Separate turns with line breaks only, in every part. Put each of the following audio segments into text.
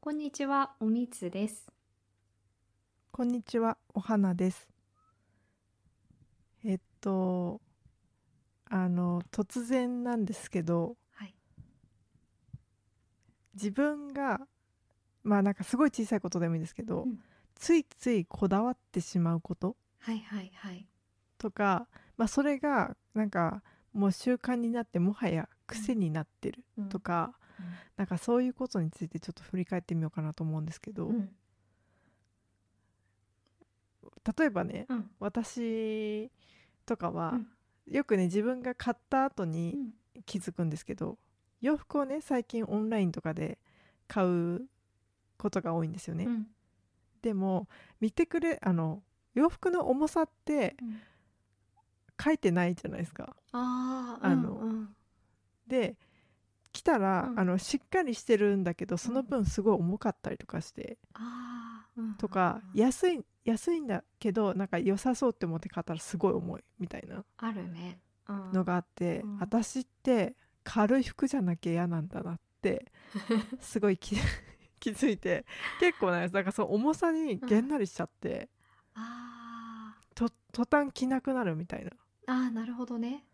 こんにちは、おみつです。
こんにちは、お花です。えっと、あの、突然なんですけど、
はい。
自分が、まあなんかすごい小さいことでもいいんですけど、
うん
ついついこだわってしまうこと
はいはいはい。
とか、まあそれがなんかもう習慣になってもはや癖になってる
うん
とか、なんかそういうことについてちょっと振り返ってみようかなと思うんですけど、
うん。
例えばね、
うん。
私とかは、
うん
よくね自分が買った後に、
うん
気づくんですけど洋服をね最近オンラインとかで買うことが多いんですよね、
うん
でも見てくれあの洋服の重さって
うん
書いてないじゃないですか
ああ、
あの
うんうん
で来たら、
うん
あのしっかりしてるんだけどその分すごい重かったりとかして、
ああ、うん
とか
うん
安い安いんだけどなんか良さそうって思って買ったらすごい重いみたいな
あるね。うん
のがあって、
うん
私って軽い服じゃなきゃ嫌なんだなって すごい気 気づいて結構ねなんかその重さにげんなりしちゃって、
あ
と途端着なくなるみたいな
あ、ああ、なるほどね。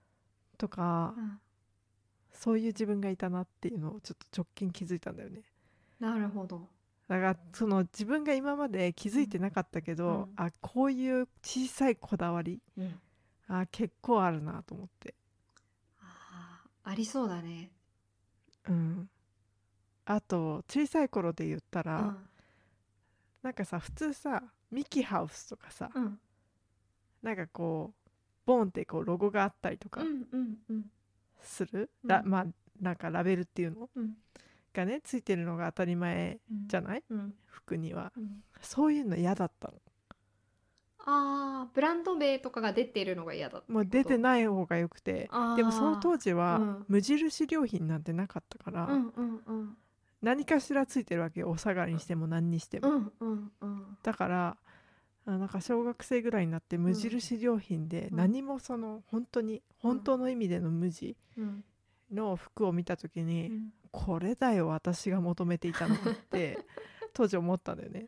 とか、
うん
そういう自分がいたなっていうのをちょっと直近気づいたんだよね
なるほど。
だからその自分が今まで気づいてなかったけど、
うんうん
あこういう小さいこだわり
うん。
あ結構あるなと思って
ああ、ありそうだね。
うんあと小さい頃で言った
う
ら、
ん。
なんかさ普通さミキハウスとかさ、
うん。
なんかこうボンってこうロゴがあったりとか、
うんうんうん
する、
うん
らまあなんかラベルっていうの
うん。
がねついてるのが当たり前じゃない、
うん。
服には
うん。
そういうの嫌だったの
ああ、ブランド名とかが出てるのが嫌だってこと。
もう出てない方がよくて
あー
でもその当時
う
は
ん
無印良品なんてなかったから、
うんうんうん
何かしらついてるわけよお下がりにしても何にしても、
うんうんうん
だからあなんか小学生ぐらいになって無印良品で
うん
何もその本当に本当の意味での無地
うん
の服を見た時
う
に、
ん
これだよ私が求めていたの って当時思ったんだよね。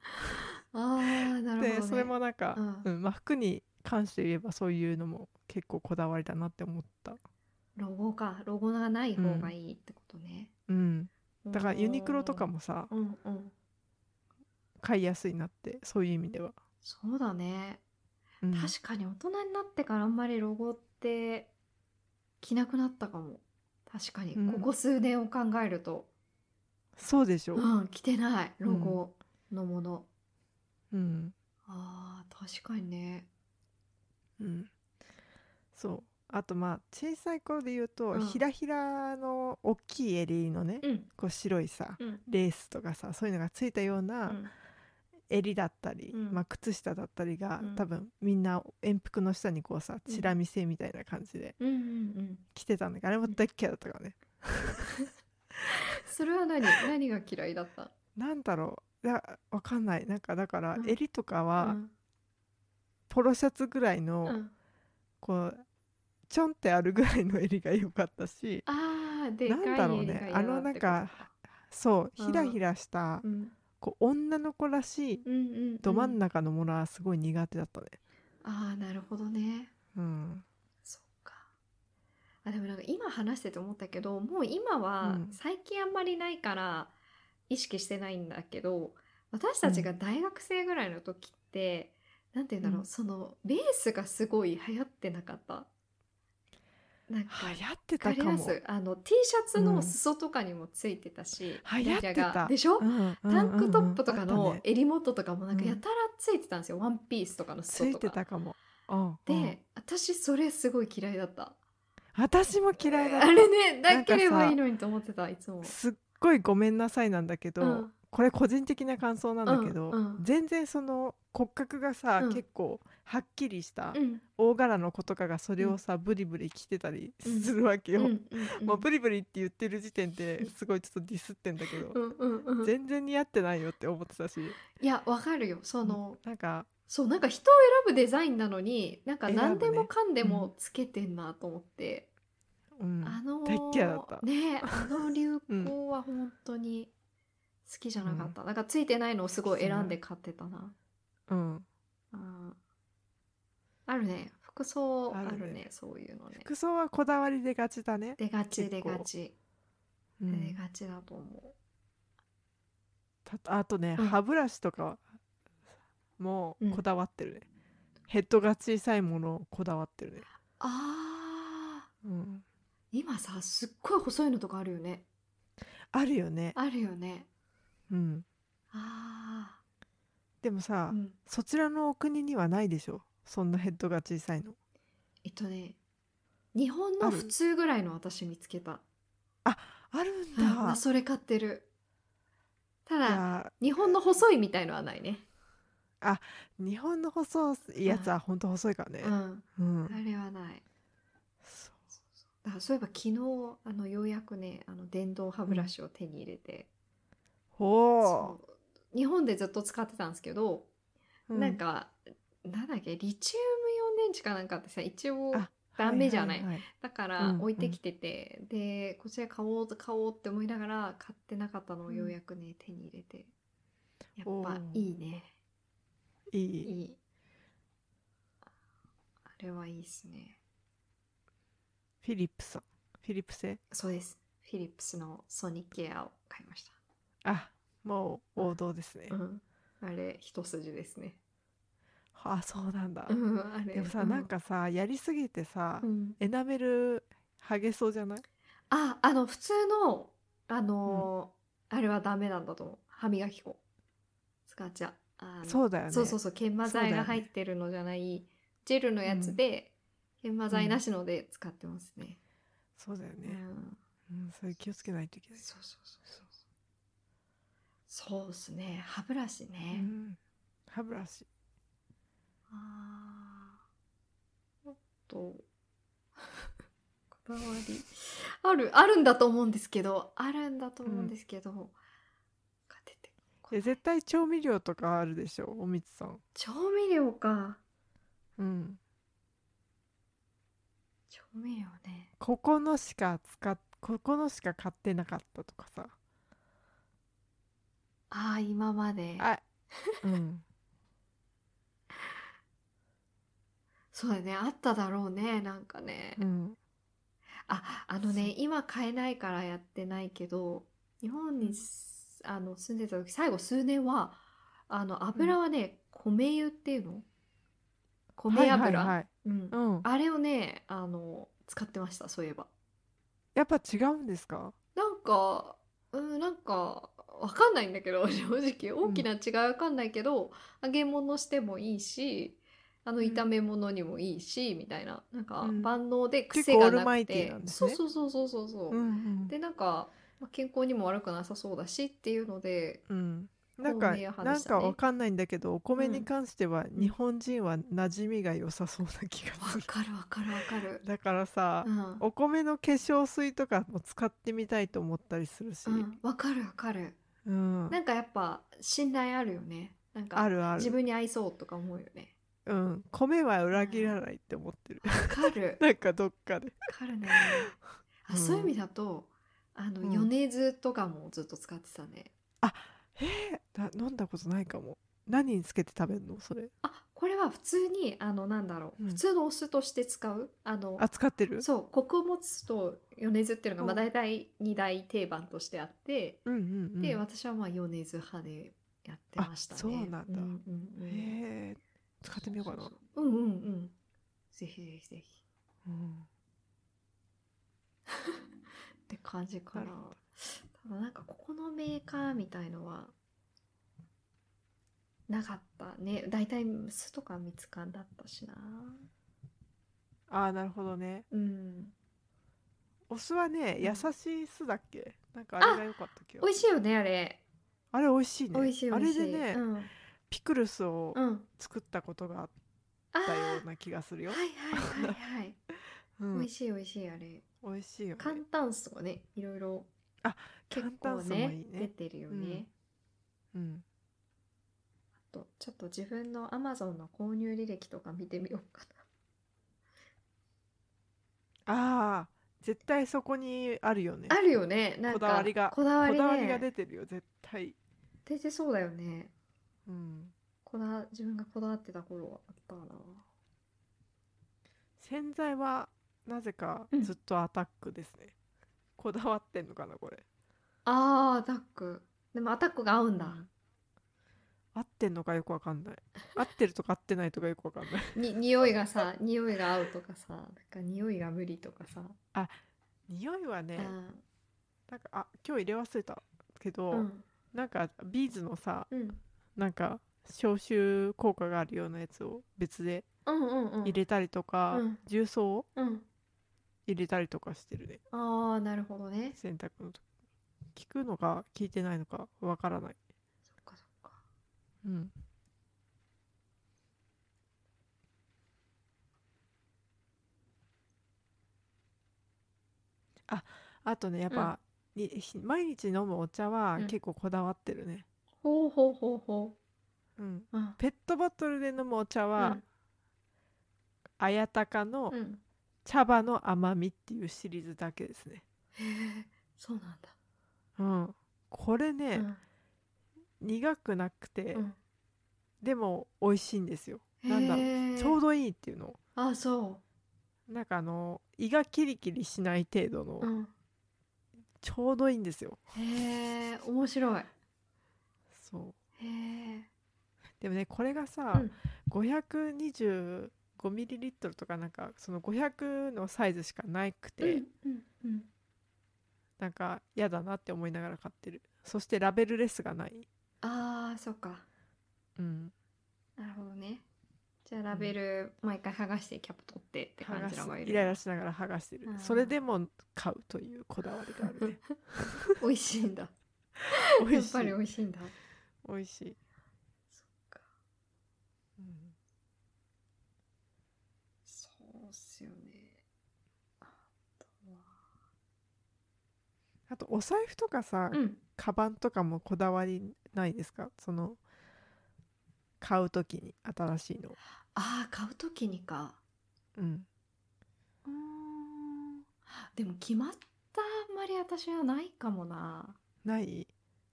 ああなるほど、ね、
でそれもなんか、
う
うんまあ、服に関して言えばそういうのも結構こだわりだなって思った、
ロゴかロゴがない方がいいってことね、
うん、だからユニクロとかもさ
うんうん
買いやすいなってそういう意味では、
そうだね、
うん、
確かに大人になってからあんまりロゴって着なくなったかも確かに、
うん
ここ数年を考えると
そうでしょ、
うん着てないロゴのもの、
うん
あー確かにね
うん、そうあとまあ小さい頃で言うと、
うん
ひらひらの大きい襟のね、
うん
こう白いさ
うん
レースとかさそういうのがついたような、襟だったり、
うん
まあ、靴下だったりが、
うん
多分みんな遠服の下にこうさ
うん
チラ見せみたいな感じで
うんうんうん
着てたんだけど、あれも大っ嫌いだったからね
それは何 何が嫌いだった
なんだろういやわかんないなんかだから
うん
襟とか
う
は
ん
ポロシャツぐらいの、
うん
こうちょんってあるぐらいの襟が良かったし
あーでかい
なんだろうね
家が嫌だ
あのなん
ってこと
かそう
うん
ひらひらした、
うん
こう女の子らしい
うんうんうん
ど真ん中のものはすごい苦手だったね。
ああなるほどね
うん
そっかあでもなんか今話してて思ったけどもう今は
うん
最近あんまりないから意識してないんだけど私たちが大学生ぐらいの時って、なんて言うんだろう、
うん
そのレースがすごい流行ってなかったなんか
流行って
わか
た
り
か
ま
も。
すあの T シャツ
う
の
ん
裾とかにもついてたし、
流行っ
ダ
てた
イヤがでしょ、タンクトップとか
うんうんうんあった
の
ね
襟元とかもなんか
うん
やたらついてたんですよ、ワンピースとかの
つ
裾
い
と
て
か。
たかも。うん
で、
うん
私それすごい嫌いだった。
私も嫌いだっ
あれね
な
なん
か
けれ
さ
ばいいのにと思ってたいつも
た。。すっごいごめんなさいなんだけど、
うん
これ個人的な感想なんだけど、
うんうん
全然その骨格がさ、
うん
結構はっきりした、
うん
大柄の子とかがそれをさ、ブリブリ着てたりするわけ
うん
よ。
うんうん
もうブリブリって言ってる時点ですごいちょっとディスってんだけど、
うんうんうん
全然似合ってないよって思ってたし
いやわかるよその、
なんか
そうなんか人を選ぶデザインなのになんか
選ぶね
何でもかんでもつけてんなと思って、
うん
あのー
大っ嫌いだった
ねえあの流行は本当に好きじゃなかった、なんかついてないのをすごい選んで買ってたな、
うん、
うんあるね服装あるね
あるね
そういうのね
服装はこだわりでがちだね、
出がち
結
出
構
がち、
うん
出がちだと思
たあとね、
うん
歯ブラシとかも
うん
こだわってるね、ヘッドが小さいものをこだわってるね、
うあー
うん、
今さすっごい細いのとかあるよね
あるよね、
あるよね
うん、
あ
でもさ
あ、、うん、
そちらのお国にはないでしょそんなヘッドが小さいの
えっとね日本の
ある
普通ぐらいの私見つけた
あるん
うんま
だ
あ、それ買ってるた
い
だ
や
日本の細いみたいのはないね
日本の細いやつはほんと細いからね
う、ん
うん
あれはない
そ
だからそういえば昨日あのようやくねあの電動歯ブラシを手に入れて、
うほ
そう日本でずっと使ってたんですけど、
う、う
なんかなんだっけリチウムイオン電池かなんかってさ一応
あ
ダメじゃない
ははは
だから
うん
置いてきてて、でこっちで買おう買おうって思いながら買ってなかったのをようやくね、手に入れてやっぱ
おー
いいね
い
い
い
いあれはいいっすね
フィリップさんフィリップ製
そうですフィリップスのソニックエアを買いまし
あもう王道ですね、
た、うん、あれ一筋ですね
あそうなんだ、
うんあれ
でもさ、
う
なんかさやりすぎてさ、
うん
エナメル剥げそうじゃない
ああの普通のあのーあれはダメなんだと思う歯磨き粉使っちゃあの
そうだよね
そうそうそう研磨剤
そうだよ
が
ね
入ってるのじゃない、ジェルのやつで、研磨剤なしので使ってますね。
そうだよ
うん
ね、うん、それ気をつけないといけない、
そうそうそうそう。そうですね。歯ブラシ
う
ね。
ん、歯ブラシ
あーちょっと こだわりあるあるんだと思うんですけど、あるんだと思うんですけど、買っててこ
え絶対調味料とかあるでしょおみつさん
調味料か。
うん
調味料ね。
ここのしか使っここのしか買ってなかったとかさ
ああ今まで。
あうん
そうだね、あっただろうね、なんかね。
うん
あ、あのね
そう、
今買えないからやってないけど、日本にすあの住んでた時、最後数年は、あの油はね、米油っていうの米
はいはい
油、
はい、
うん
う。ん、
あれをね、あの、使ってました、そういえば。
やっぱ違うんですか
なんか、うん、なんか、わかんないんだけど、正直。大きな違いわかんないけど、揚げ物してもいいし、あの、
うん
炒め物にもいいし、みたいな。なんか
う、ん
万能で
結
癖
構
が
オール
な
マ
く
イティ
て。
なんです
そう
ね
そうそうそうそうそうう。
ん
で、なんか、まあ健康にも悪くなさそうだしっていうので、
うん、うん、なんか、
本命派
な
で
ん
したね
かわかんないんだけどお米
う
に
ん
関しては日本人は馴染みが良さそうな気が
わ
する、
かるわかるわかる。
だからさ、
うん。
お米の化粧水とかも使ってみたいと思ったりするし、
うん、わかるわかる。
うん
なんかやっぱ、信頼あるよね。なんか、
あるあ
自
る、
分に合いそうとか思うよね。
うん、米は裏切らないって思ってる、
わか る。
なんかどっかで
わかるね。あ、
うん
そういう意味だと、あの、
うん
米酢とかもずっと使ってたね。
えーな飲んだことないかも何につけて食べるのそれ
あ、これは普通に、あの、なんだろう、
うん
普通のお酢として使う。あの、
あ使ってる
そう、穀物と米酢っていうのが、まあ、
う
大体二大定番としてあって、
うんうんうん
で、私はまあ、米酢派でやってましたね。
あそうな
う
んだ
んうんうん
えー使ってみようかな
そそそうんうんうん。ぜひぜひぜひ。
うん
って感じかな
なるほど。
ただなんかここのメーカーみたいのはなかったね。だいたい酢とか蜜缶だったしな。
ああなるほどね
うん。
お酢はね
ん
優しい酢だっけなんかあれが良かった気が
美味しいよねあれ。
あれ美味しいね
美味しい美
あれ
味しい。
でね、
うん。
ピクルスを
うん。
作ったことがあっ
あ
たよう
あ。
な気がする
はい
よ、
はいはいはい。
う
美
ん
味、しい美味しいあれ。
美味しいよね
簡単酢とかねいろいろ
あ
結
簡
構
単酢もいいね
出てるよね。
うんうん
あとちょっと自分の Amazon の購入履歴とか見てみようかな。
ああ絶対そこにあるよね
あるよねなん
こ
か
だわりが
こだわり
こだわり
ね
が出てるよ絶対
出てそうだよね
うん
こだわ自分がこだわってた頃はあったかな
洗剤はなぜか
うん
ずっとアタックですね、こだわってんのかなこれ
あーアタックでもアタックが合うんだ
合ってんのかよくわかんない合ってるとか合ってないとかよくわかん ない
に匂いがさ匂いが合うとかさなんか匂いが無理とかさ
匂いはね
あ
なんかあ今日入れ忘れたけど、
ーうん
なんかビーズのさ
うん
なんか消臭効果があるようなやつを別で
うんうんうん
入れたりとか、
うん
重曹を
うん
入れたりとかしてるね
ああなるほどね
洗濯の時聞くのか聞いてないのかわからない
そっかそっか
うんああとねやっぱ、にひ毎日飲むお茶は
うん
結構こだわってるね、
ほうほうほうほ
うん、
うあ
ペットボトルで飲むお茶は、綾鷹の
うんうん
茶葉の甘みっていうシリーズだけですね、
へえそうなんだ
うん、これ
う
ね、
ん
苦くなくて、
うん
でも美味しいんですよなんだろうちょう
ど
どいいっていうの
あそ
なんかあの胃がキリキリしない程度の、
ううん
ちょうどいいんですよ
へえ面白い
そう
へえ
でもねこれが
う
さ、
ん
525ミリリットルとかなんかその500のサイズしかなくて、
うんうん
なんか嫌だなって思いながら買ってるそしてラベルレスがない
ああそっか
うん
なるほどねじゃあラベル毎回剥がしてキャップ取ってって
剥
感
が
じ
す
のがい
イ
る
ライラしながら剥がしてる
うん
それでも買うというこだわりがあるね
美味しいんだ
美
や
味
っ
しい
ぱり美味しいんだ
美味しい、
そっか
うん
そうっすよねあとは
あとお財布とかさ、
うん
カバンとかもこだわりないですかその買う時に新しいの
ああ買う時にか
うん
うーんでも決まったあんまり私はないかもな
ない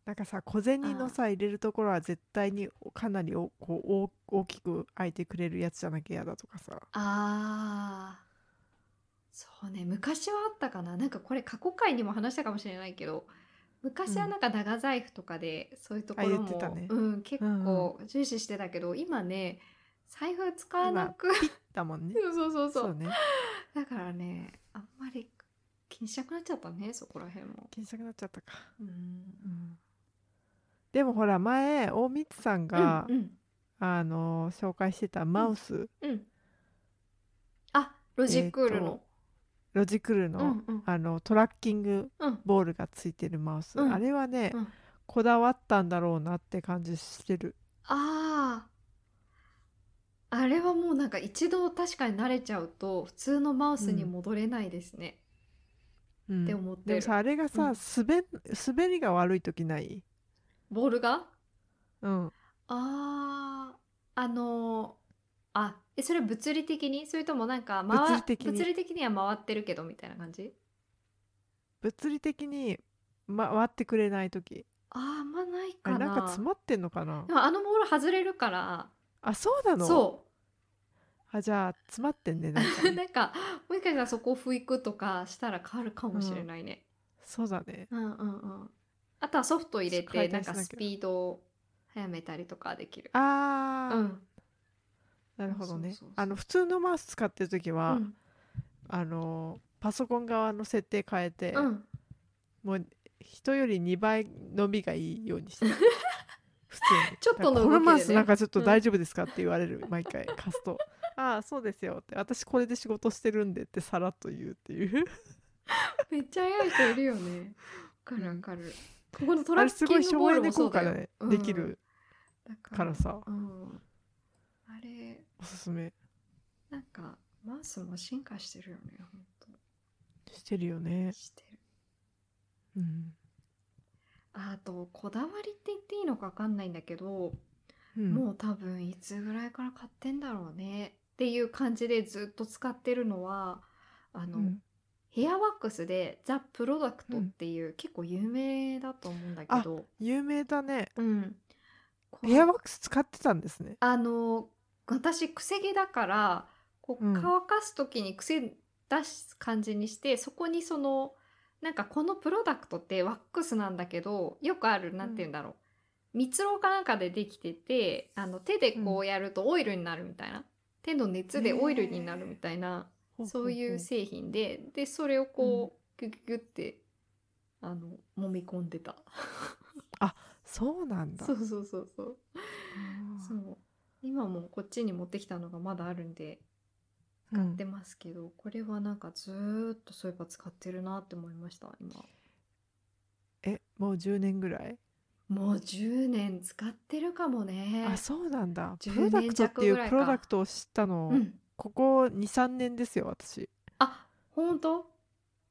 なんかさ小銭のさ入れるところは絶対にかなりおこう大大きく開いてくれるやつじゃなきゃ嫌だとかさ
あーそうね昔はあったかななんかこれ過去回にも話したかもしれないけど昔はなんか長財布とかでそういうところ
あ言ってた
も、
ね
うん、結構重視してたけど、今ね財布使わなく
だもん ね
そうそうそう
そうね
だからねあんまり気にしなくなっちゃったねそこら辺も。
気にしなくなっちゃったか、
うん
でもほら前大光さんが、
うん
あのー紹介してたマウス、
うんうん、あロジクールの。
ロジクール
う
の、
んうん
あのトラッキング
うん
ボールがついてるマウス、
うん
あれはね、
うん
こだわったんだろうなって感じしてる
ああ、あれはもうなんか一度確かに慣れちゃうと普通のマウスに戻れないですね、
うん
って思ってる
でもさあれがさ、
うん
滑ん滑りが悪い時ない
ボールが
うん
あああのーあえそれ物理的にそれともなんか
物
回
理的に
物理的には回ってるけどみたいな感じ
物理的に、ま、割ってくれない時
あーあんまない
あ
か
なん
な
か詰まってんのかな
でもあのボール外れるから
あそうなの
そ
あじゃあ詰まっ てんねなんか
う
ね
なんかもしかしたらそこを拭くとかしたら変わるかもしれないね、
そうだね
うん、うんうんあとはソフト入れ
回
てな
転
ん
し
か
なきゃ
スピードを速めたりとかできる
あー、
うん
なるほどね
そうそうそう
あの普通のマウス使ってる時は、
うん
あのパソコン側の設定変えて、
うん、
もう人より2倍伸びがいいようにして る普通に
ちょっとの動きでね
なんかこのマウスなんかちょっと
うん
大丈夫ですかって言われる、毎回 貸すとああそうですよって私これで仕事してるんでってさらっと言うっ ていう
めっちゃ速い人いるよね。わかるわかる。ここのト
あ
ラ
れ
ッ
す
キ
ご
ン
い
グ
省
ボー
エ
ル
ネ
もそ
効
うだ
果
よ。
がね、
うん
できる
だから
からさ
うん。あれ、
おすすめ
なんか、マウスも進化してるよね、本
してるよね
当。、してる。
うん
あと、こだわりって言っていいのかわかんないんだけど、
うん、
もう多分いつぐらいから買ってんだろうね。っていう感じでずっと使ってるのは、あの、
うん
ヘアワックスでザ・プロダクトっていう、結構有名だと思うんだけど、
有名だね
うん、こ
ヘアワックス使ってたんですね
あの私くせ毛だからこう
うん
乾かす時に癖出す感じにして、そこにそのなんかこのプロダクトってワックスなんだけどよくあるなんて言うんだろう、蜜ろうかなんかでできててあの手でこうやるとオイルになるみたいな、手の熱でオイルになるみたいな、そういう製品ででそれをこう、ギュギュギュってあの揉み込んでた
そうなんだ
そうそうそうそう。
あー
そう今もこっちに持ってきたのがまだあるんで
うん
使ってますけど、これはなんかずーっとそういえば使ってるなって思いました今
えもう10年ぐらい、
もう10年使ってるかもね
あそうなんだプ
10
ロダクトっ
年
てい
弱
う
ぐらいか
プロダクトを知ったの、
うん
ここ23年ですよ私
あ本当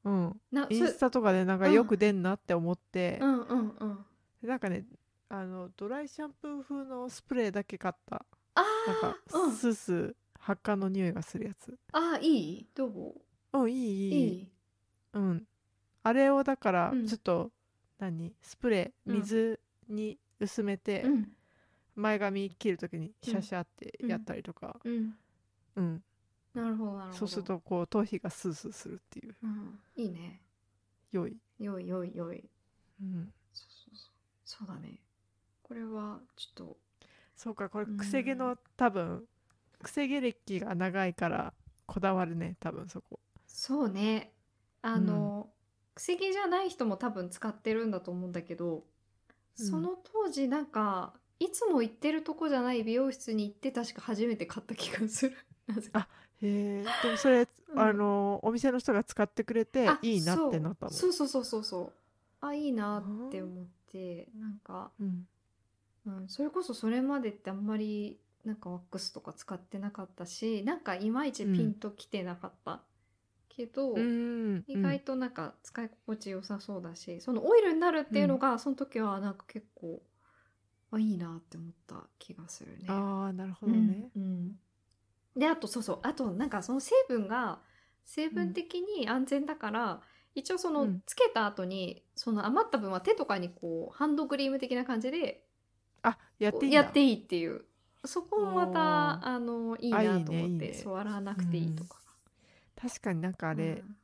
うん
な
インス
そ
タとかでなんか
うん
よく出んなって思って、
うんうんうん
なんかねあのドライシャンプー風のスプレーだけ買った
あ
なんか
あうん
スースー発汗の匂いがするやつ
あいいどう
うんい
い
いいい
い
うんあれをだから
うん
ちょっと、何スプレー
うん
水に薄めて、
うん
前髪切るときにシャシャってやったりとか、
うん
うん
なるほどなるほど
そうする、とこう頭皮がスースーするっていう
うん、いいね
良い、
よいよいよい
うん、
そうそうそうそうだねこれはちょっと
そうかこれ
うん
くせ毛の、多分くせ毛歴が長いからこだわるね多分そこ
そうねあの、くせ毛じゃない人も多分使ってるんだと思うんだけど
うん
その当時なんか、いつも行ってるとこじゃない美容室に行って確か初めて買った気がする なぜか
へえでもそれ、
うん
あのお店の人が使ってくれて
あ
いいな
そ
っ
う
てなったの
そうそうそうそうそうあいいなって思ってなんか、
うん
うん、それこそそれまでってあんまりなんかワックスとか使ってなかったしなんかいまいちピンときてなかった、けど、
うん
意外となんか使い心地良さそうだし、そのオイルになるっていうのが、その時はなんか結構あいいなって思った気がするね。
ああなるほ
う
ど
ん
ね、
うんであとそうそうあとなんかその成分が成分的に安全だから、一応そうの
ん
つけた後にその余った分は手とかにこうハンドクリーム的な感じで
あやっていいんだ
やっていいっていうそこもま
お
たあのいいな
あ
と
いい
思
ね
って
いいね
そう洗わなくていいとか。
確かになんかあ
う
れ
ん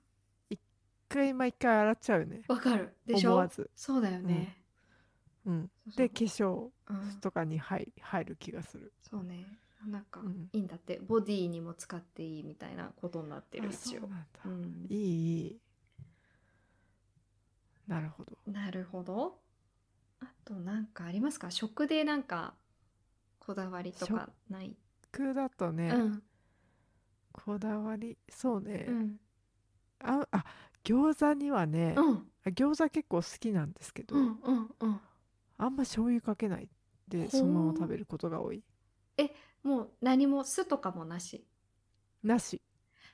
一回毎回洗っちゃうよね
わかるでしょ
思わず
そうだよね。
うん
そうそう
で化粧
うん
とかに入入る気がする
そうねなんか
うん
いいんだって、ボディにも使っていいみたいなことになってる
あ
一
そう
応
なんだ、
うん
いいいいなるほど
なるほどあとなんかありますか食でなんかこだわりとかない、
僕だとね、
うん
こだわりそうね、
うん
ああ餃子にはね、
うん
あ餃子結構好きなんですけど、
うんうんうん
あんま醤油かけない
ほ
で
う
そのまま食べることが多い
もう何も酢とかもなし
なし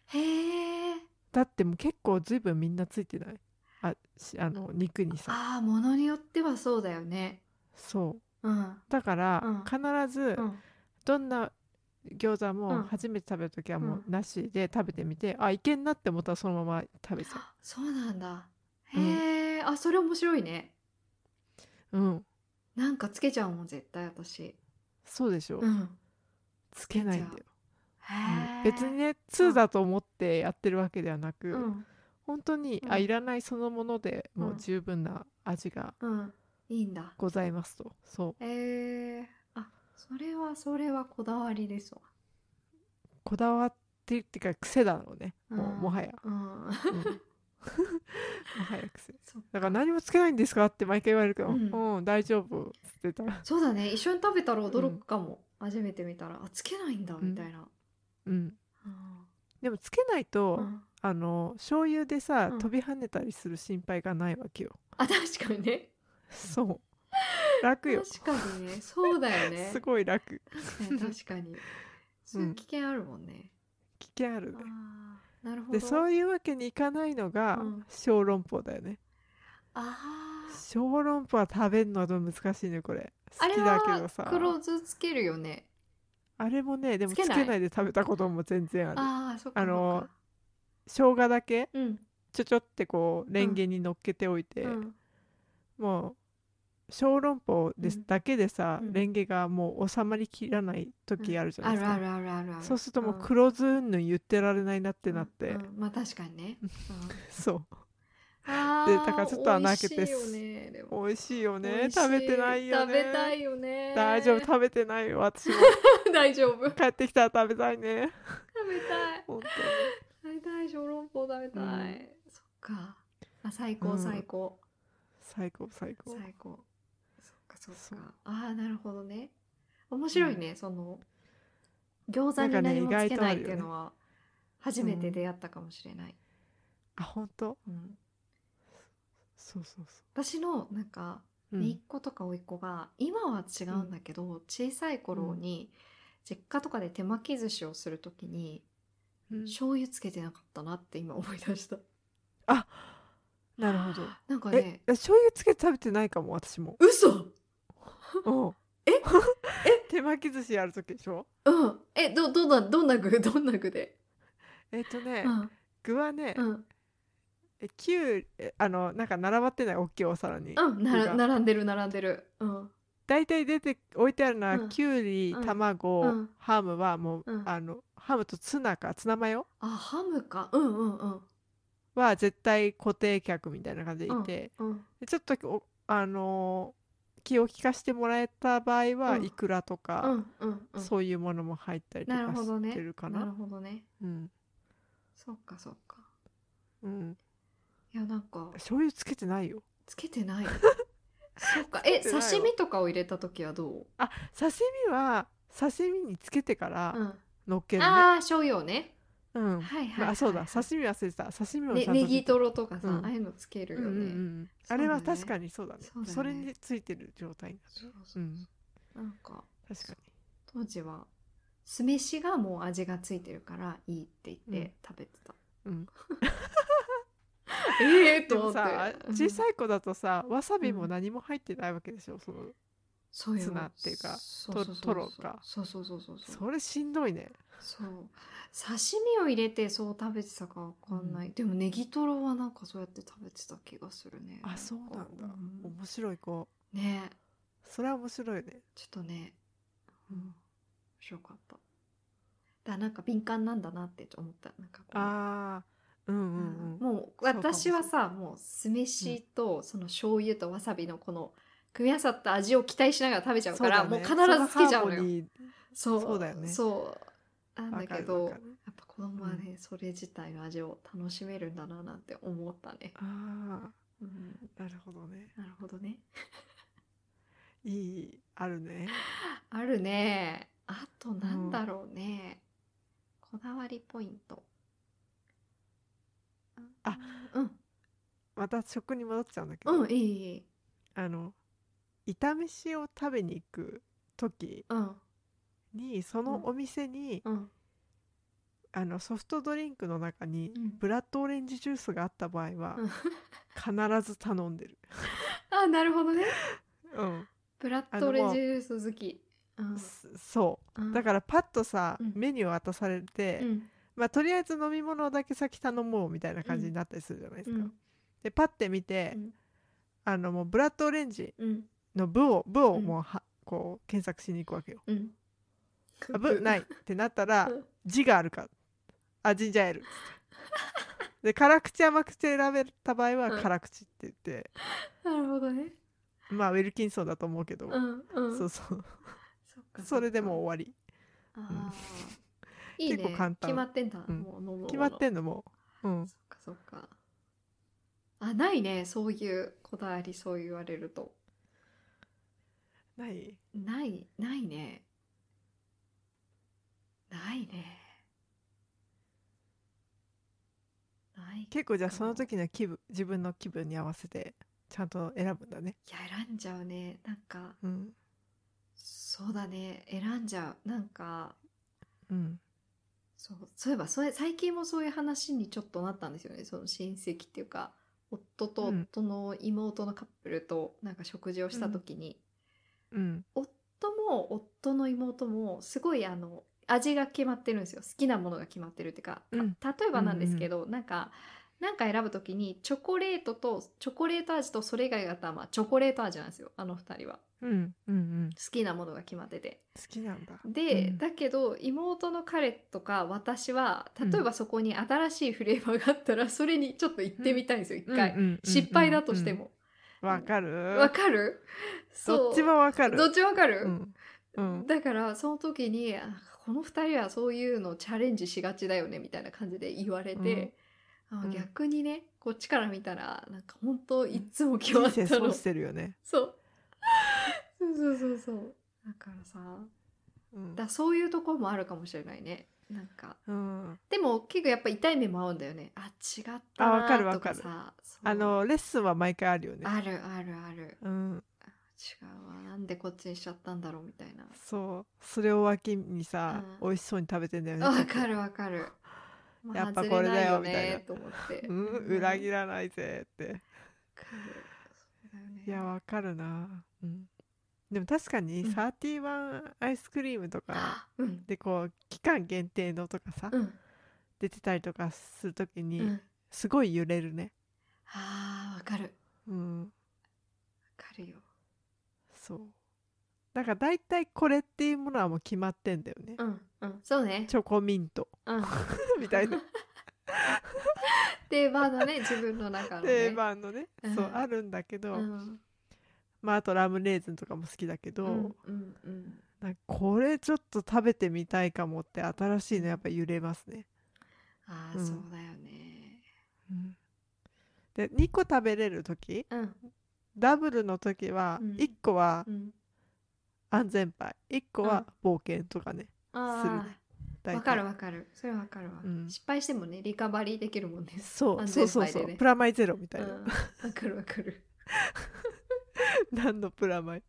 へえ
だってもう結構随分みんなついてないあしあの肉にさ
ああものによってはそうだよね
そう
うん
だから
うん
必ず
うん
どんな餃子
う
も
ん
初めて食べる時はもううんなしで食べてみてあいけんなって思ったらそのまま食べちゃ
そうなんだ
う
へ
ん
え、あそれ面白いね
ううん
なんかつけちゃうもん絶対私
そうでしょ
うん
つけないんだようん
へえ
別にね2だと思ってやってるわけではな
う
く
ん
本当に
うん
あいらないそのものでもううん十分な味が
うんいいんだ
ございますとそう
えー、あそれはそれはこだわりですわ
こだわってるっていうか癖だろうねもう
うん
も はや
うん
うん もはや癖
そっ
だから何もつけないんですかって毎回言われるけど、う、
うんん
大丈夫っつってたら、
そうだね一緒に食べたら驚くかも、初めて見たらあつけないんだ
ん
みたいな、
うん、
うん
でもつけないと、
うん
あの醤油でさ、
うん
飛び跳ねたりする心配がないわけよ
あ確かにね
そう楽よ、
確かにねそうだよね
すごい楽
確かに確かにそういう危険あるもんね、
危険あるね
あーなるほど
でそういうわけにいかないのが、
うん
小籠包だよね
あー
小籠包は食べるのは難しいねこれ好
あ
き
れ
だけど
は
さ
黒酢つけるよね
あれもねでも
つ
つけ
けない
ないで食べたことも全然ある
ああーそっか
あの
そっか
生姜だけ
うん
ちょちょってこうレンゲに乗っけておいて、
うん
もう小籠包です、
うん
だけでさ、
うん
レンゲがもう収まりきらない時あるじゃな
あ
いで
る
すか、
あるあるあるある
そうするともうんう黒ずんぬん言ってられないなってなって、
うんうんまあ確かにね、うん
そ
あ
で
ー
だからちょっと穴開けて
美味しいよねでも
う美味しいよ
美
ね
味し
食べてないよね
食べたいよね
大丈夫食べてないよ 私も
大丈夫食べ
帰ってきたら食べたいね
たい
本
食べたい小籠包食べたい、
うん
そっかあ最高
うん
最高、
当に最高最高
最高そっかそっか
そう
ああなるほどね面白いね、その餃子
なんか
に何
ね
もつけないっていう
意外とあるよね
のは初めて出会ったかもしれない、
あ本当
うん
そうそうそ
私のなんか
う、うん
姪っ子とか甥っ子が今は違うんだけど、小さい頃に実家とかで手巻き寿司をするときに、
うん
醤油つけてなかったなって今思い出 した
あなるほど
なんか
え
ね
醤油つけて食べてないかも 私も
嘘
うん
え
え手巻き寿司やるときでしょ
うんえどどんなどんな具 どんな具で
えっとね、
うん
具はね、
うん
えきゅうえあのなんか並ばってない大きいお皿に、
うんな
具
ら
が
並んでる並んでるうん
大体出て置いてあるのは、
うん
きゅうり
うん
卵、
うん
ハムはもう、
うん
あのハムとツナかツナマヨ
あハムかうんうんうん
は絶対固定客みたいな感じでいて、
うん
でちょっとおあのー気を利かしてもらえた場合は、
うん
いくらと
う
か、
んうんうん
そういうものも入ったりと
なる
か
ほどね
してるかな
なるほどね
うん
そっかそっか
うん、
いやなんか
醤油つけてないよ
つけて ないそっかえ
つけてないわ
刺身とかを入れた時はどう
刺身は刺身につけてから
うん
乗っけるね、
ああ醤油をね、
う
は
ん、
いはいはい、
まあそうだ
刺
刺身忘れてた刺身も
身
ちゃんと
ネギトロとかさ、
うん
ああいうのつける
う
よ
ん
ね、
うんうん
そう
あ
だね
れは確かにそうだね
そうだね
それについてる状態にな
そう
る
そう、
うん、
なんか
確か
当時は酢飯がもう味がついてるからいいって言って食べてた、
に、うん、
ええ
で
と思
も
って
さ
うん
小さい子だとさわさびも何も入ってないわけでしょその
そうよ
ツナっていうか
そうそうそう
トトロか
そうそうそうそうそう
それしんどいね
そう刺身を入れてそう食べてたかわかんない、でもネギトロはなんかそうやって食べてた気がするね
あそうなんだ
う
面白い子
ねえ
それは面白いね
ちょっとね、
うん
面白かった。だなんか敏感なんだなって思った。なんかこう
あーうん
う
うんんうん
もう
そうかも
私
しれない
はさもう酢飯とその醤油とわさびのこの組み合わさった味を期待しながら食べちゃうからもう必ずつけちゃうのよ。
よ
そう
そうだよね
そうなんだけどやっぱ子供はね、
う
それ自体の味を楽しめるんだななんて思ったね。
あ
うん、
ーなるほどね
なるほどね。
いいあるね
あるね。あとなんだろうね。こだわりポイント。
あ、
うん、
また食に戻っちゃうんだけど、
うん、いいいい。
あの炒め飯を食べに行く時
うん、
にそのお店に、
うん、
あのソフトドリンクの中に
うん
ブラッドオレンジジュースがあった場合は
うん
必ず頼んでる、
あ、なるほどね。
うん
ブラッドオレンジジュース好き。うん
すそう
うん、
だからパッとさ、
うん
メニュー渡されて、
うん、
まあ、とりあえず飲み物だけ先頼もうみたいな感じになったりするじゃないで
う
すか、
ん、
でパッて見て、
うん
あのもうブラッドオレンジ
うん、
の部を部を
うん
もうは、こう検索しに行くわけよ
うん。。
あぶないいってなったら
うん
字があるかあジンジャーエールっつってで辛口甘口選べた場合は
うん
辛口って言って、
なるほどね。
まあウィルキンソンだと思うけど、
うん、うん。
そうそう
そっか
それでもう。終わり
そっかあーいいね。
結構簡単
決まってんだ。
うん
もう飲むもの
決まってんのもう、うん、
そっかそっか。あ、ないね。そういうこだわり、そう言われると。
ない
ない、ないね。ないね。ない。い
結構じゃあその時の気分自分の気分に合わせてちゃんと選ぶんだね、
や、選んじゃうね。なんか、
うん
そうだね。選んじゃう。なんか、
うん、
そう、そういえば、それ、最近もそういう話にちょっとなったんですよね。その親戚っていうか、夫と
うん
夫の妹のカップルと、なんか食事をした時に、
うん、
夫も夫の妹もすごいあの味が決まってるんですよ好きなものが決まってるっていうか、
うん
た例えばなんですけど、なんかなんか選ぶときにチョコレートとチョコレート味とそれ以外があったらまあチョコレート味なんですよあの二人は
うんうんうん
好きなものが決まってて
好きなんだ
で、
うん
だけど妹の彼とか私は例えばそこに新しいフレーバーがあったらそれにちょっと行ってみたいんですよ一回、
うんうんうんうん
失敗だとしても
わかる
わ、かるそう
どっちもわかる
どっちもわかる、
うんうん
だからその時にあこの2人はそういうのチャレンジしがちだよねみたいな感じで言われて、あ
うん
逆にねこっちから見たらなんか本当いっつも決ま
人
った
生
の、
損し
そう
てるよね
そうそうそうそうだからさ
うん
だそういうところもあるかもしれないねなんか
うん
でも結構やっぱ痛い目も合うんだよねあ違った
あわかる
な
わ
と
か
か
る
さそう
あのレッスンは毎回あるよね
あるあるある
うん
違うわなんでこっちにしちゃったんだろうみたいな
そうそれを脇にさ
うん
美味しそうに食べてんだよね
わかるわかる。まあ
やっぱこれだよみたいな
外れよねと思って。
うん裏切らないぜって
わかるそうだよね
いやわかるなうんでも確かに
うん
サーティワンアイスクリームとか
あうん
でこう期間限定のとかさ
うん
出てたりとかするとき
う
に
ん。
すごい揺れるね
ああわかるわ
うん
かるよ。
そうだから大体これっていうものはもう決まってんだよね
うんうんそうね。
チョコミン ト
うん。
みたいな
定番 のね自分の中のね。
定番のね
うん
そうあるんだけど
うん
まああとラムレーズンとかも好きだけ
う
ど
んうんうん。
なんかこれちょっと食べてみたいかもって新しいのやっぱ揺れますね
ああ
うん
そうだよね。
うんで2個食べれる時
うん
ダブルの時は
うん
1個は
うん。
安全牌1個は冒険とかね
ああ
大体
わかるわかる。それわかるわ
う。ん
失敗してもねリカバリーできるもんね。
そう
安
そ
全
うそう
牌
そ
でね
うプラマイゼロみた
う
い
ん
な
わかるわかる。
何のプラマイ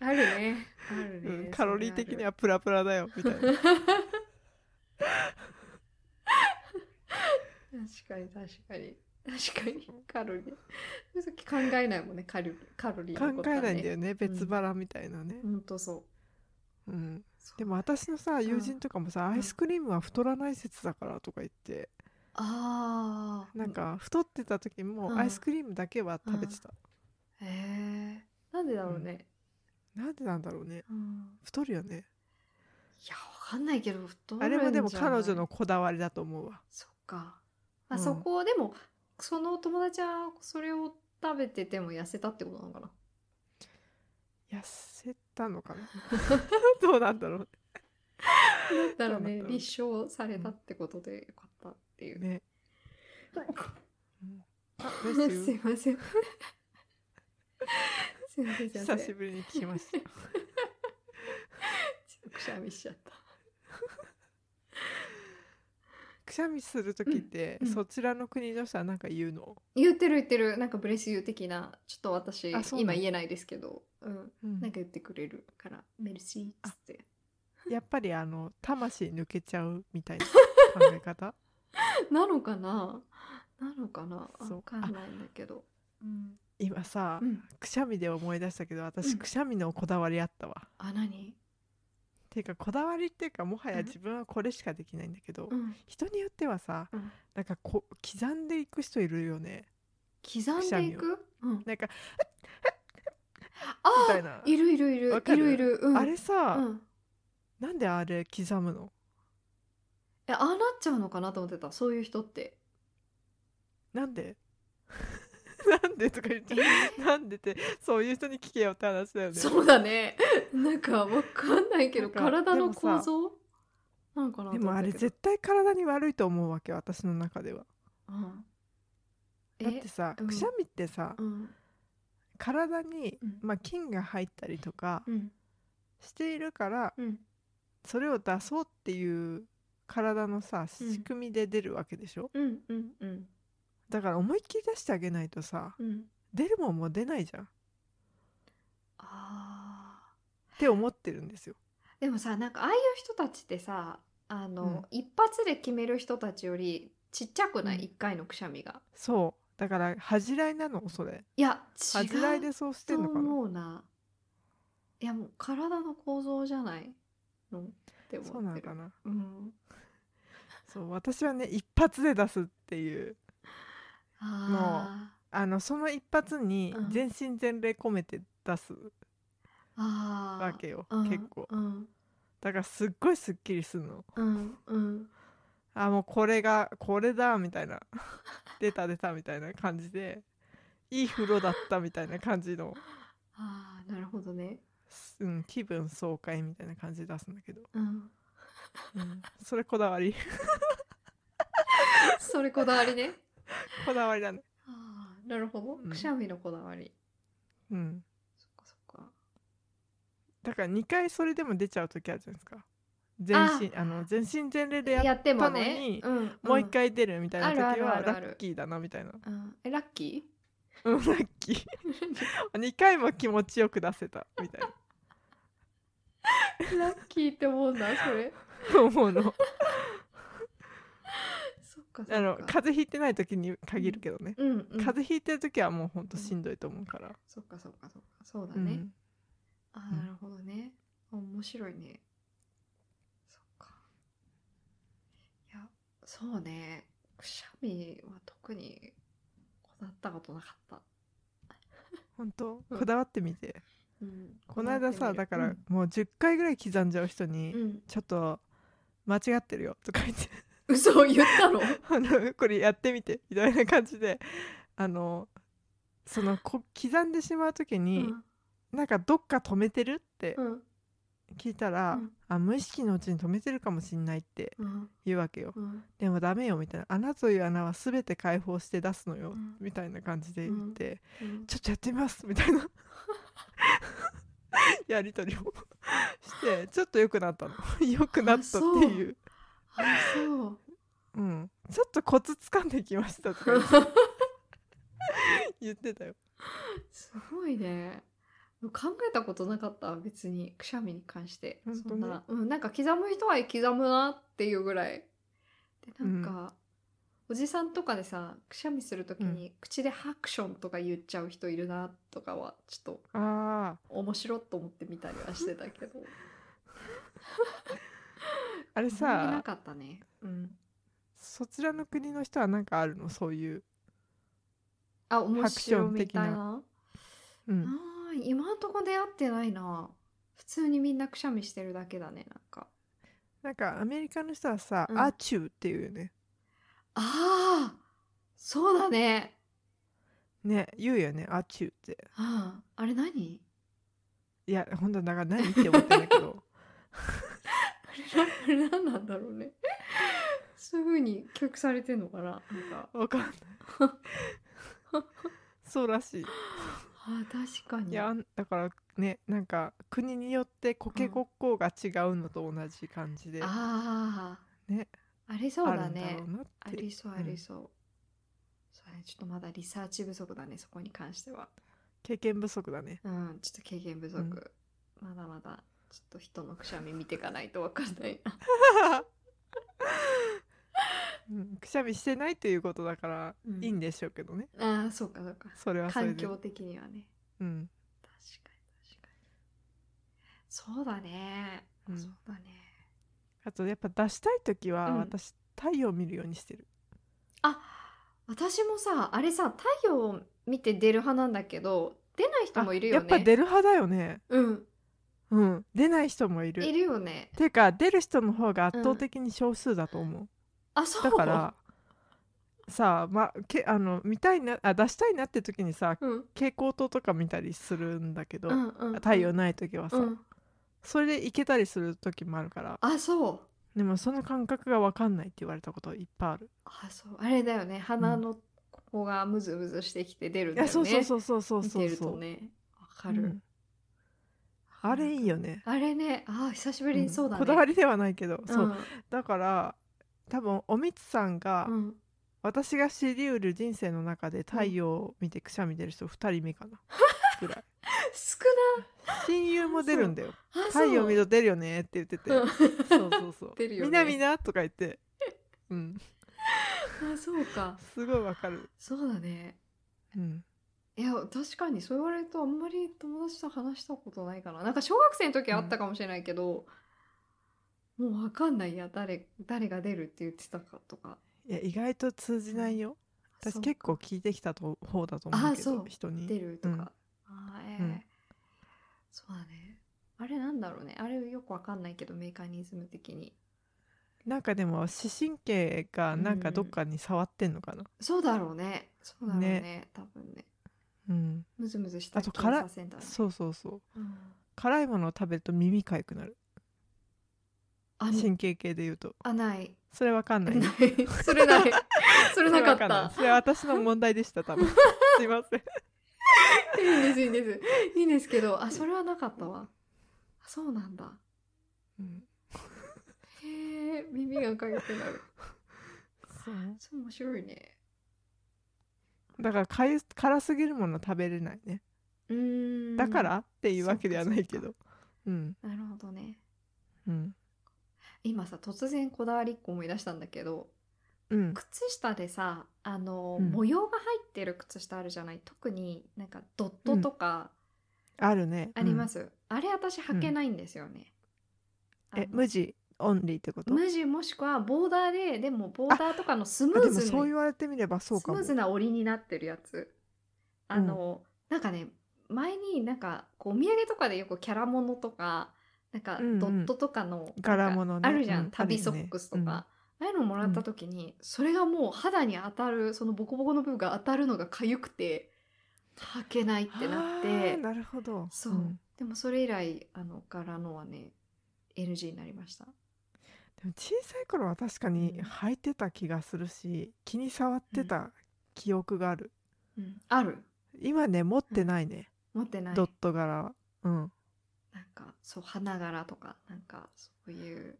あるね。ある
うん
ね。
カロリー的に
は
はプラプラだよみたいな
確かに確かに確かにカロリーその時考えないもんねカロリーカロリーの
考
ことは
え
ね
ないんだよね別腹みたいなね、
ほんとそう
うん、
そう
でも私のさ友人とかもさ、
ん
アイスクリームは太らない説だからとか言って
ああ
なんか太ってた時
う
も
ん
アイスクリームだけは食べてた、
へえなんでだろうね、
なんでなんだろうね
うん
太るよね
いやわかんないけど太る
あ
んじ
れ
ゃない
もでも彼女のこだわりだと思うわ
そっか、あ
うん
そこでもその友達はそれを食べてても痩せたってことなのか な
痩せた のかなどうなんだろ
だから
そうなん
ね
だ
立証されたってことでよかったっていうう、
ね
すいません。 すいません、すいま
久
せ
し
ん。
ぶりに聞き ました
くしゃみしちゃった。
くしゃみする時って、
うんうん
そちらの国の人はなんか言うの、
言ってる言ってる、なんかブレスユー的な、ちょっと私
あそうな
今
の
言えないですけど、うん、
うん
なんか言ってくれるから、メルシーっつって。
やっぱりあの魂抜けちゃうみたいな考え方
なのかななのかな
そう
わかんないんだけど。うん。
今さ、
うん
くしゃみで思い出したけど私、
うん
くしゃみのこだわりあったわ
あ、何
ていうかこだわりっていうかもはや
うん
自分はこれしかできないんだけど、
うん。
人によってはさ
うん
なんかこう刻んでいく人いるよね
刻んでいくうん。
なんか
あ
みたい
あ
ない
るいるい
わ
る。
か
い
る
るいる。うん。
あれさ、
うん。
なんであれ刻むの
え、ああなっちゃうのかなと思ってた。そういう人って。
な んでなんでとか言っちゃうなんでってそういう人に聞けよって話だよ ね
そうだね。なんかわかんないけど、
なんか
体の
でも
構
さ
造なのかな
でもあれ絶対体に悪いと思うわけ私の中では
対、うん、え
だってさ
うん
くしゃみってさ、
うん
体に
うん、
まあ、菌が入ったりとか
うん
しているから
うん
それを出そうっていう体のさ
うん
仕組みで出るわけでしょ、
うんうんうん
だから思いっきり出してあげないとさ
うん
出るもんも出ないじゃんっ
あ
て思ってるんですよ。
ーでもさなんかああいう人たちってさあの、一発で決める人たちよりちっちゃくない、
うん
一回のくしゃみが
そうだから恥じらいなのそれ
いや違
恥じらいうでそうして
と
んのかな
思うないやもう体の構造じゃないのって思ってる
そうなのかな
うん
そう私はね一発で出すっっていう
あ
あのその一発に
うん
全身全霊込めて出す
ーあー
わけよ、
うん
結構
うん
だからすっごいすっきりするの
うんうん
あもうこれがこれだみたいな 出た出たみたいな感じでいい風呂だったみたいな感じの、
ああなるほどね
うん、気分爽快みたいな感じで出すんだけど、
うん
うん、それこだわり
それこだわりね
こだわりだね
ああなるほど、
うん
くしゃみのこだわり
うん
そっかそっか
だから2回それでも出ちゃう時あるじゃないですか全身あの全身全霊でやっ
やっても
たの
ね
に、
うん、
もう一
ん、
回出るみたいな
あ
時
るあるあ
は
るあ
ラ
る
ッキーだなみたいな
うん、えラッキ
うんラッキー2回も気持ちよく出せたみたい
ー ラッキーって思うんだそ れ
な思うの
そっかそっか
あの風邪ひいてない時に限るけどね、
うん、うん、
風邪ひいてる時はもうほんとしんどいと思うから、
そっかそっかそっかそうだ
うん
ね、あ
うん
なるほどね面白いねそっかいやそうねくしゃみは特にこだわったことなかった、
ほんと
うん
こだわってみて、
うん、
この間
こだわ
さ
ってみる
だからもう10回ぐらい刻んじゃう人に、
うん、うん、
ちょっと間違ってるよとか言って
嘘言ったの
あのこれやってみてみたいな感じであのそのこ刻んでしまう時
う
に、
ん
なんかどっか止めてるって
うん
聞いたら、
うん
あ無意識のうちに止めてるかもしんないって
うん
言うわけよ
うん
でもダメよみたいな穴という穴は全て解放して出すのよ、
うん
みたいな感じで言って、
うん
ちょっとやってみますみたいな やり取りをしてちょっと良くなった の良くなったっていう
あ そう
うん、ちょっとコツ掴んできましたとか 言って言ってたよ。
すごいね。考えたことなかった別にくしゃみに関して、
ほんと
そ
ね
んな、うん、なんか刻む人は刻むなっていうぐらいでなんか、おじさんとかでさくしゃみするときに口で「ハクション」とか言っちゃう人いるなとかはちょっと
あ
面白っと思ってみたりはしてたけど
あ
あ
あれ
んまりな
さ
かったね、うん、
そちらの国の人はなんかあるのそういう、
あ面白いみたい
ハクシ
な
ョン的うん、
あー今んとこ出会ってないな普通にみんなくしゃみしてるだけだねなんか
なんかアメリカの人はさ「
うん
アチュー」っていうよね
ああそうだね。
ね言うよね「アチュー」って
あああれ何
いやほんとなんか何って思ってんだけど
あれなあれ何なんだろうね。そういう風に記憶されてんのかななんか。
わかんない そうらしい
ああ確かに。
いやあんだからねなんか国によってコケコッコーが違うのと同じ感じで、あ
ああ。
ね。
ありそうだ
るんだ
ね
ろう。なっ
あ
て
りそう
うん
ありそう。そうだね、ちょっとまだリサーチ不足だねそこに関しては。
経験不足だね
うんちょっと経験不足。まだまだちょっと人のくしゃみ見ていかないとわかんないな。
うんくしゃみしてないということだから、
うん
いいんでしょうけどね
ああそうかそうか。
それはそれ
環
で
境、的にはね。
うん、
確かに確かにそうだね、
うん
そうだね
あとやっぱ出したい時は、
うん
私太陽見るようにしてる
あ私もさあれさ太陽を見て出る派なんだけど出ない人もいるよね
あやっぱ出る派だよね
うん
うん出ない人もいる
いるよね
ていうか出る人の方が圧倒的に少数だと思う、
あそう
だ からさあ,、まけあの見たいなあ出したいなって時にさ
うん
蛍光灯とか見たりするんだけど、
うんうん
太陽ない時はさ、
うん
それでいけたりする時もあるから
あそう
でもその感覚が分かんないって言われたこといっぱいある。
あそうあれだよね鼻のここがムズムズしてきて出るんだよね
そうそうそうそうそう
見
そう
てるとねわかる、
うんあれいいよね。
あれねあー久しぶりにそうだね、
こだわ
り
りではないけど、
そ
そううだから多分おみつさんが、
ん、うん、
私が知りうる人生の中で太陽を見てくしゃみ出る人2人目かな ぐらい
少
親友も出るんだよ
ないあ
太陽見
ろ
ろ出るよねって言ってて
うん
そう そうそう
出るよね
みなみなとか言 ってうん
あそうか
すごいわかる
そうだね
うん
いや確かにそう言われるとあんまり友達と話したことないかななんか小学生の時はあったかもしれないけど、もうわかんないや誰誰が出るって言ってたかとか
いや意外と通じないよ、
そ
私
う
結構聞いてきたと方だと思うけ
あ
ど
そう
人に
出ると
うん
か、あーえー
うん
そうだねあれなんだろうねあれよくわかんないけどメカニズム的に
なんかでも視神経がなんかどっかに触ってんのかな、
そうだろうねそうだろうね多分ね
うん
ムズムズした
あと辛い
検査センターね
そうそうそう
うん
辛いものを食べると耳かゆくなる
あ
神経系で言うと
あない
それわかんない
ないそれ ない それなかっ
わんない
た
それは私の問題でし た多分すいません
いいんですいいんですいいんですけどあそれはなかったわあそうなんだ
うん
へえ耳がかゆくなる
そう
そう面白いね
だからかゆ辛すぎるもの食べれないね
うーん
だから、っていうわけではないけ
そ
どうん
なるほどね
うん
今さ突然こだわりっ個思い出したんだけど
うん
靴下でさあの、
うん
模様が入ってる靴下あるじゃない特になんかドットとか
あるね、
ありますす、あれ私履けないんですよね、
うんえ
あの
無地オンリーってこと
無地もしくはボーダーででもボーダーとかのスム
あ
ー
でも
ズに
そう言われてみればそう
ス
か
ム
も
ーズな折りになってるやつあの、なんかね前になんかこうお土産とかでよくキャラものとかなんか
うんうん
ドットとかの
柄物ね
あるじゃ
うん
ん旅ソックスとか、ああいうのもらった時にそれがもう肌に当たるそのボコボコの部分が当たるのが痒くて履けないってなっ
あ
て
ーなるほど
そう、
ん
でもそれ以来あの柄のはね NG になりました
でも小さい頃は確かに
うん
履いてた気がするし気に触ってた記憶がある、
うんある
今ね持ってないね、
持ってない
ドット柄はうん
なんかそう花柄とかなんかそういう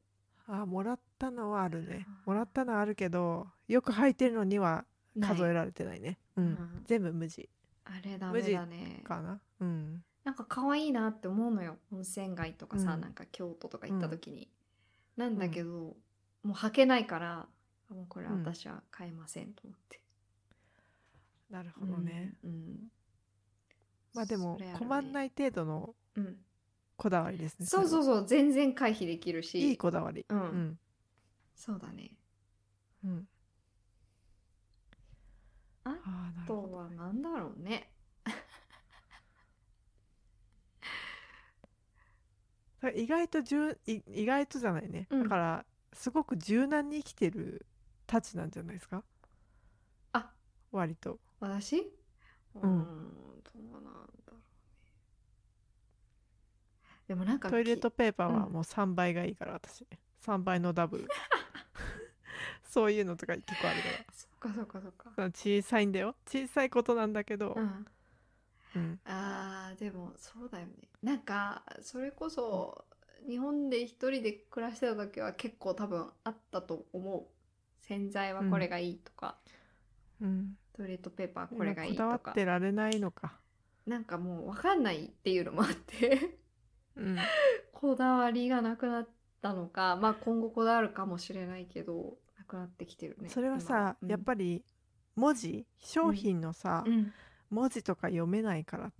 あーもらったのはあるね
あー
もらったのはあるけどよく履いてるのには
ない
数えられてないねうん、
うん
全部無地
あれダ
無
メ
地
だね
かなうん
なんか可愛いなって思うのよ温泉街とかさ、
うん
なんか京都とか行った時に、なんだけど、もう履けないからもうこれは私は買えませんと思って、
なるほどね、
うん、うん、
まあでも困んないい程度の
うん、
こだわりですね
そうそううそう全然回避できるし
いいこだわり
うん、
うん
そうだね
うん
あ
あーな
あ
るほ
と
ど
はなんだろうね
だから意外とじゅい意外とじゃないね、
うん
だからすごく柔軟に生きてるたちなんじゃないですか
あ
割と
私うーどう
ん
なんだろうねでもなんか
トイレット
き
ペーパーは
うん
もう3倍がいいから私3倍のダ ブルそういうのとか結構あるから
そっかそっかそっか
その小さいんだよ小さいことなんだけど、
うん
うん
あーでもそうだよねなんかそれこそ日本で一人で暮らしてた時は結構多分あったと思う洗剤はこれがいいとか、
うん
トイレットペーパーはこれがいい
こだわ
と
っ
か
てられないのか、
なんかもう分かんないっていうのもあって
うん、
こだわりがなくなったのかまあ今後こだわるかもしれないけどなくなってきてるね
それはさ、やっぱり文字商品のさ、
り、うん、
文字とか読めないからっ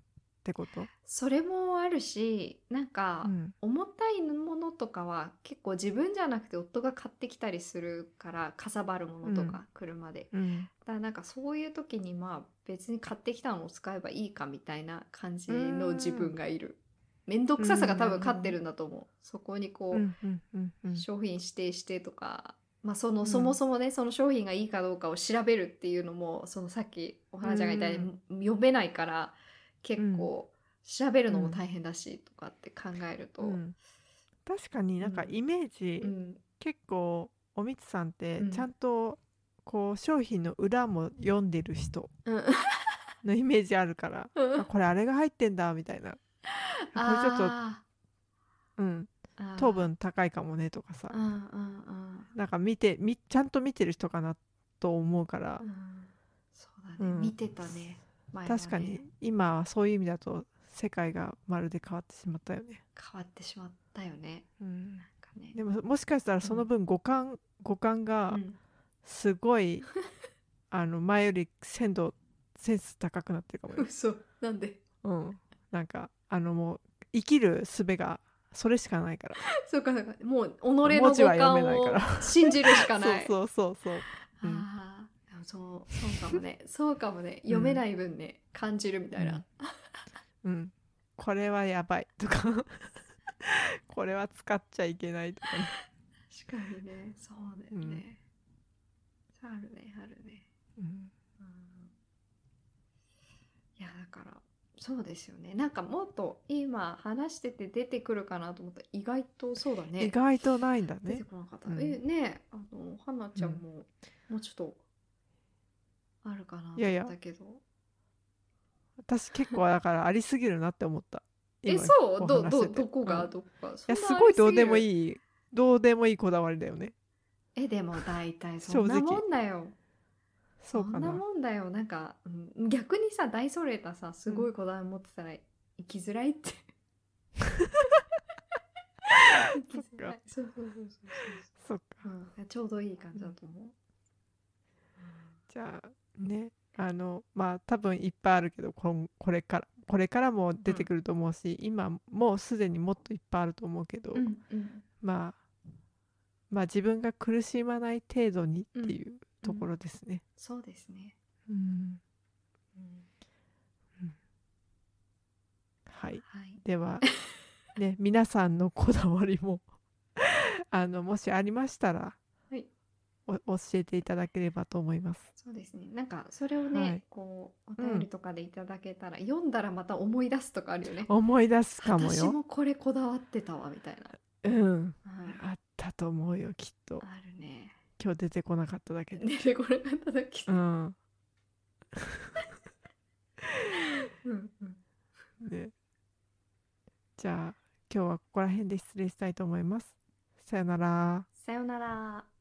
てこと、
それもあるしなんか、
うん
重たいものとかは結構自分じゃなくて夫が買ってきたりするからかさばるものと
う
か車で、
うん、
だからなんかそういう時にまあ別に買ってきたのを使えばいいかみたいな感じの自分がいる面倒くささが多分勝ってるんだと思う、そこにこう、
うんうんうんうん
商品指定してとか、まあ、その
ん
そもそもね、その商品がいいかどうかを調べるっていうのもそのさっきお花ちゃんが言ったように読めないから結構調べるのも大変だしとかって考えると。
うん確かになんか
うん
イメージ、
うん
結構おみつさんって
うん
ちゃんとこう商品の裏も読んでる人
うん
のイメージあるから、あこれあれが入ってんだみたいなこれちょっと、
あ
うん、
ー
糖。分高いかもねとかさ
うんうん
なんか見てみちゃんと見てる人かなと思うから
うんう、ん。そうだね、
うん
見てたね。前はね
確かに今はそういう意味だと世界がまるで変わってしまったよね。
変わってしまったよね。
うん
なんかね。
でももしかしたらその分五感五感が
うん
すごい、 あの前より鮮度センス高くなってるかもよ
嘘なんで
うん、なんかあのもう生きる術がそれしかないから
そうかなんかもう己の
文字は
五
読め
感
ないから
を信じるしかない。
そうそうそうそううん
ああ、でもそう、そうかもね。そうかもね。読めない分ね、感じるみたいな。
うん、これはやばいと かこれは使っちゃいけないとかね、
確かにね。そうだよね。あるね、あるね。
うん
うんいや、だから、そうですよね。なんかもっと今話してて出てくるかなと思ったら意外とそうだね。
意外とないんだ
出
ね
てこなかった。
うん
え、ねあの、はなちゃんも、もうちょっと、あるかなと
いやい
思った
や
けど。
私結構だからありすぎるなって思った
え、
今
そう
お
ど、
話し
ど、
てて
どこ
う
が、
んい
どこが。そん
や
な
すごいどうでも
い。
いいどうでもいいこだわりだよね
え、でも大体そんな
正直
もんだよ。
そうか
んな
な
もんだよ。なんか、うん逆にさ、大それたさ、すごいこだわり持ってたら、生きづらいって。 生きづらい。そうそうそうそう
そっか
そう。うん、ちょうどいい感じだと思う。
じゃあねあのまあ多分いっぱいあるけどこんこれからこれからも出てくると思うし、今もうすでにもっといっぱいあると思うけど、
うん、うん。
まあまあ自分が苦しまない程度にっていうところですね。
そうですね。
うん
うん
はい、
はい。
ではね 皆さんのこだわりも あのもしありましたら、
はい
お教えていただければと思います。
そうですね。なんか、それをね、
はい
こう、お便りとかでいただけたら、読んだらまた思い出すとかあるよね。
思い出すかも
私
よ。
もこれこだわってたわ、みたい
うん、
な。はい、
あったと思うよきっと
あるね。
今日出てこなかっただけで。
ねでこれがただき、
うん
うんうん
ね、じゃあ今日はここら辺で失礼したいと思います。さよなら。
さよなら。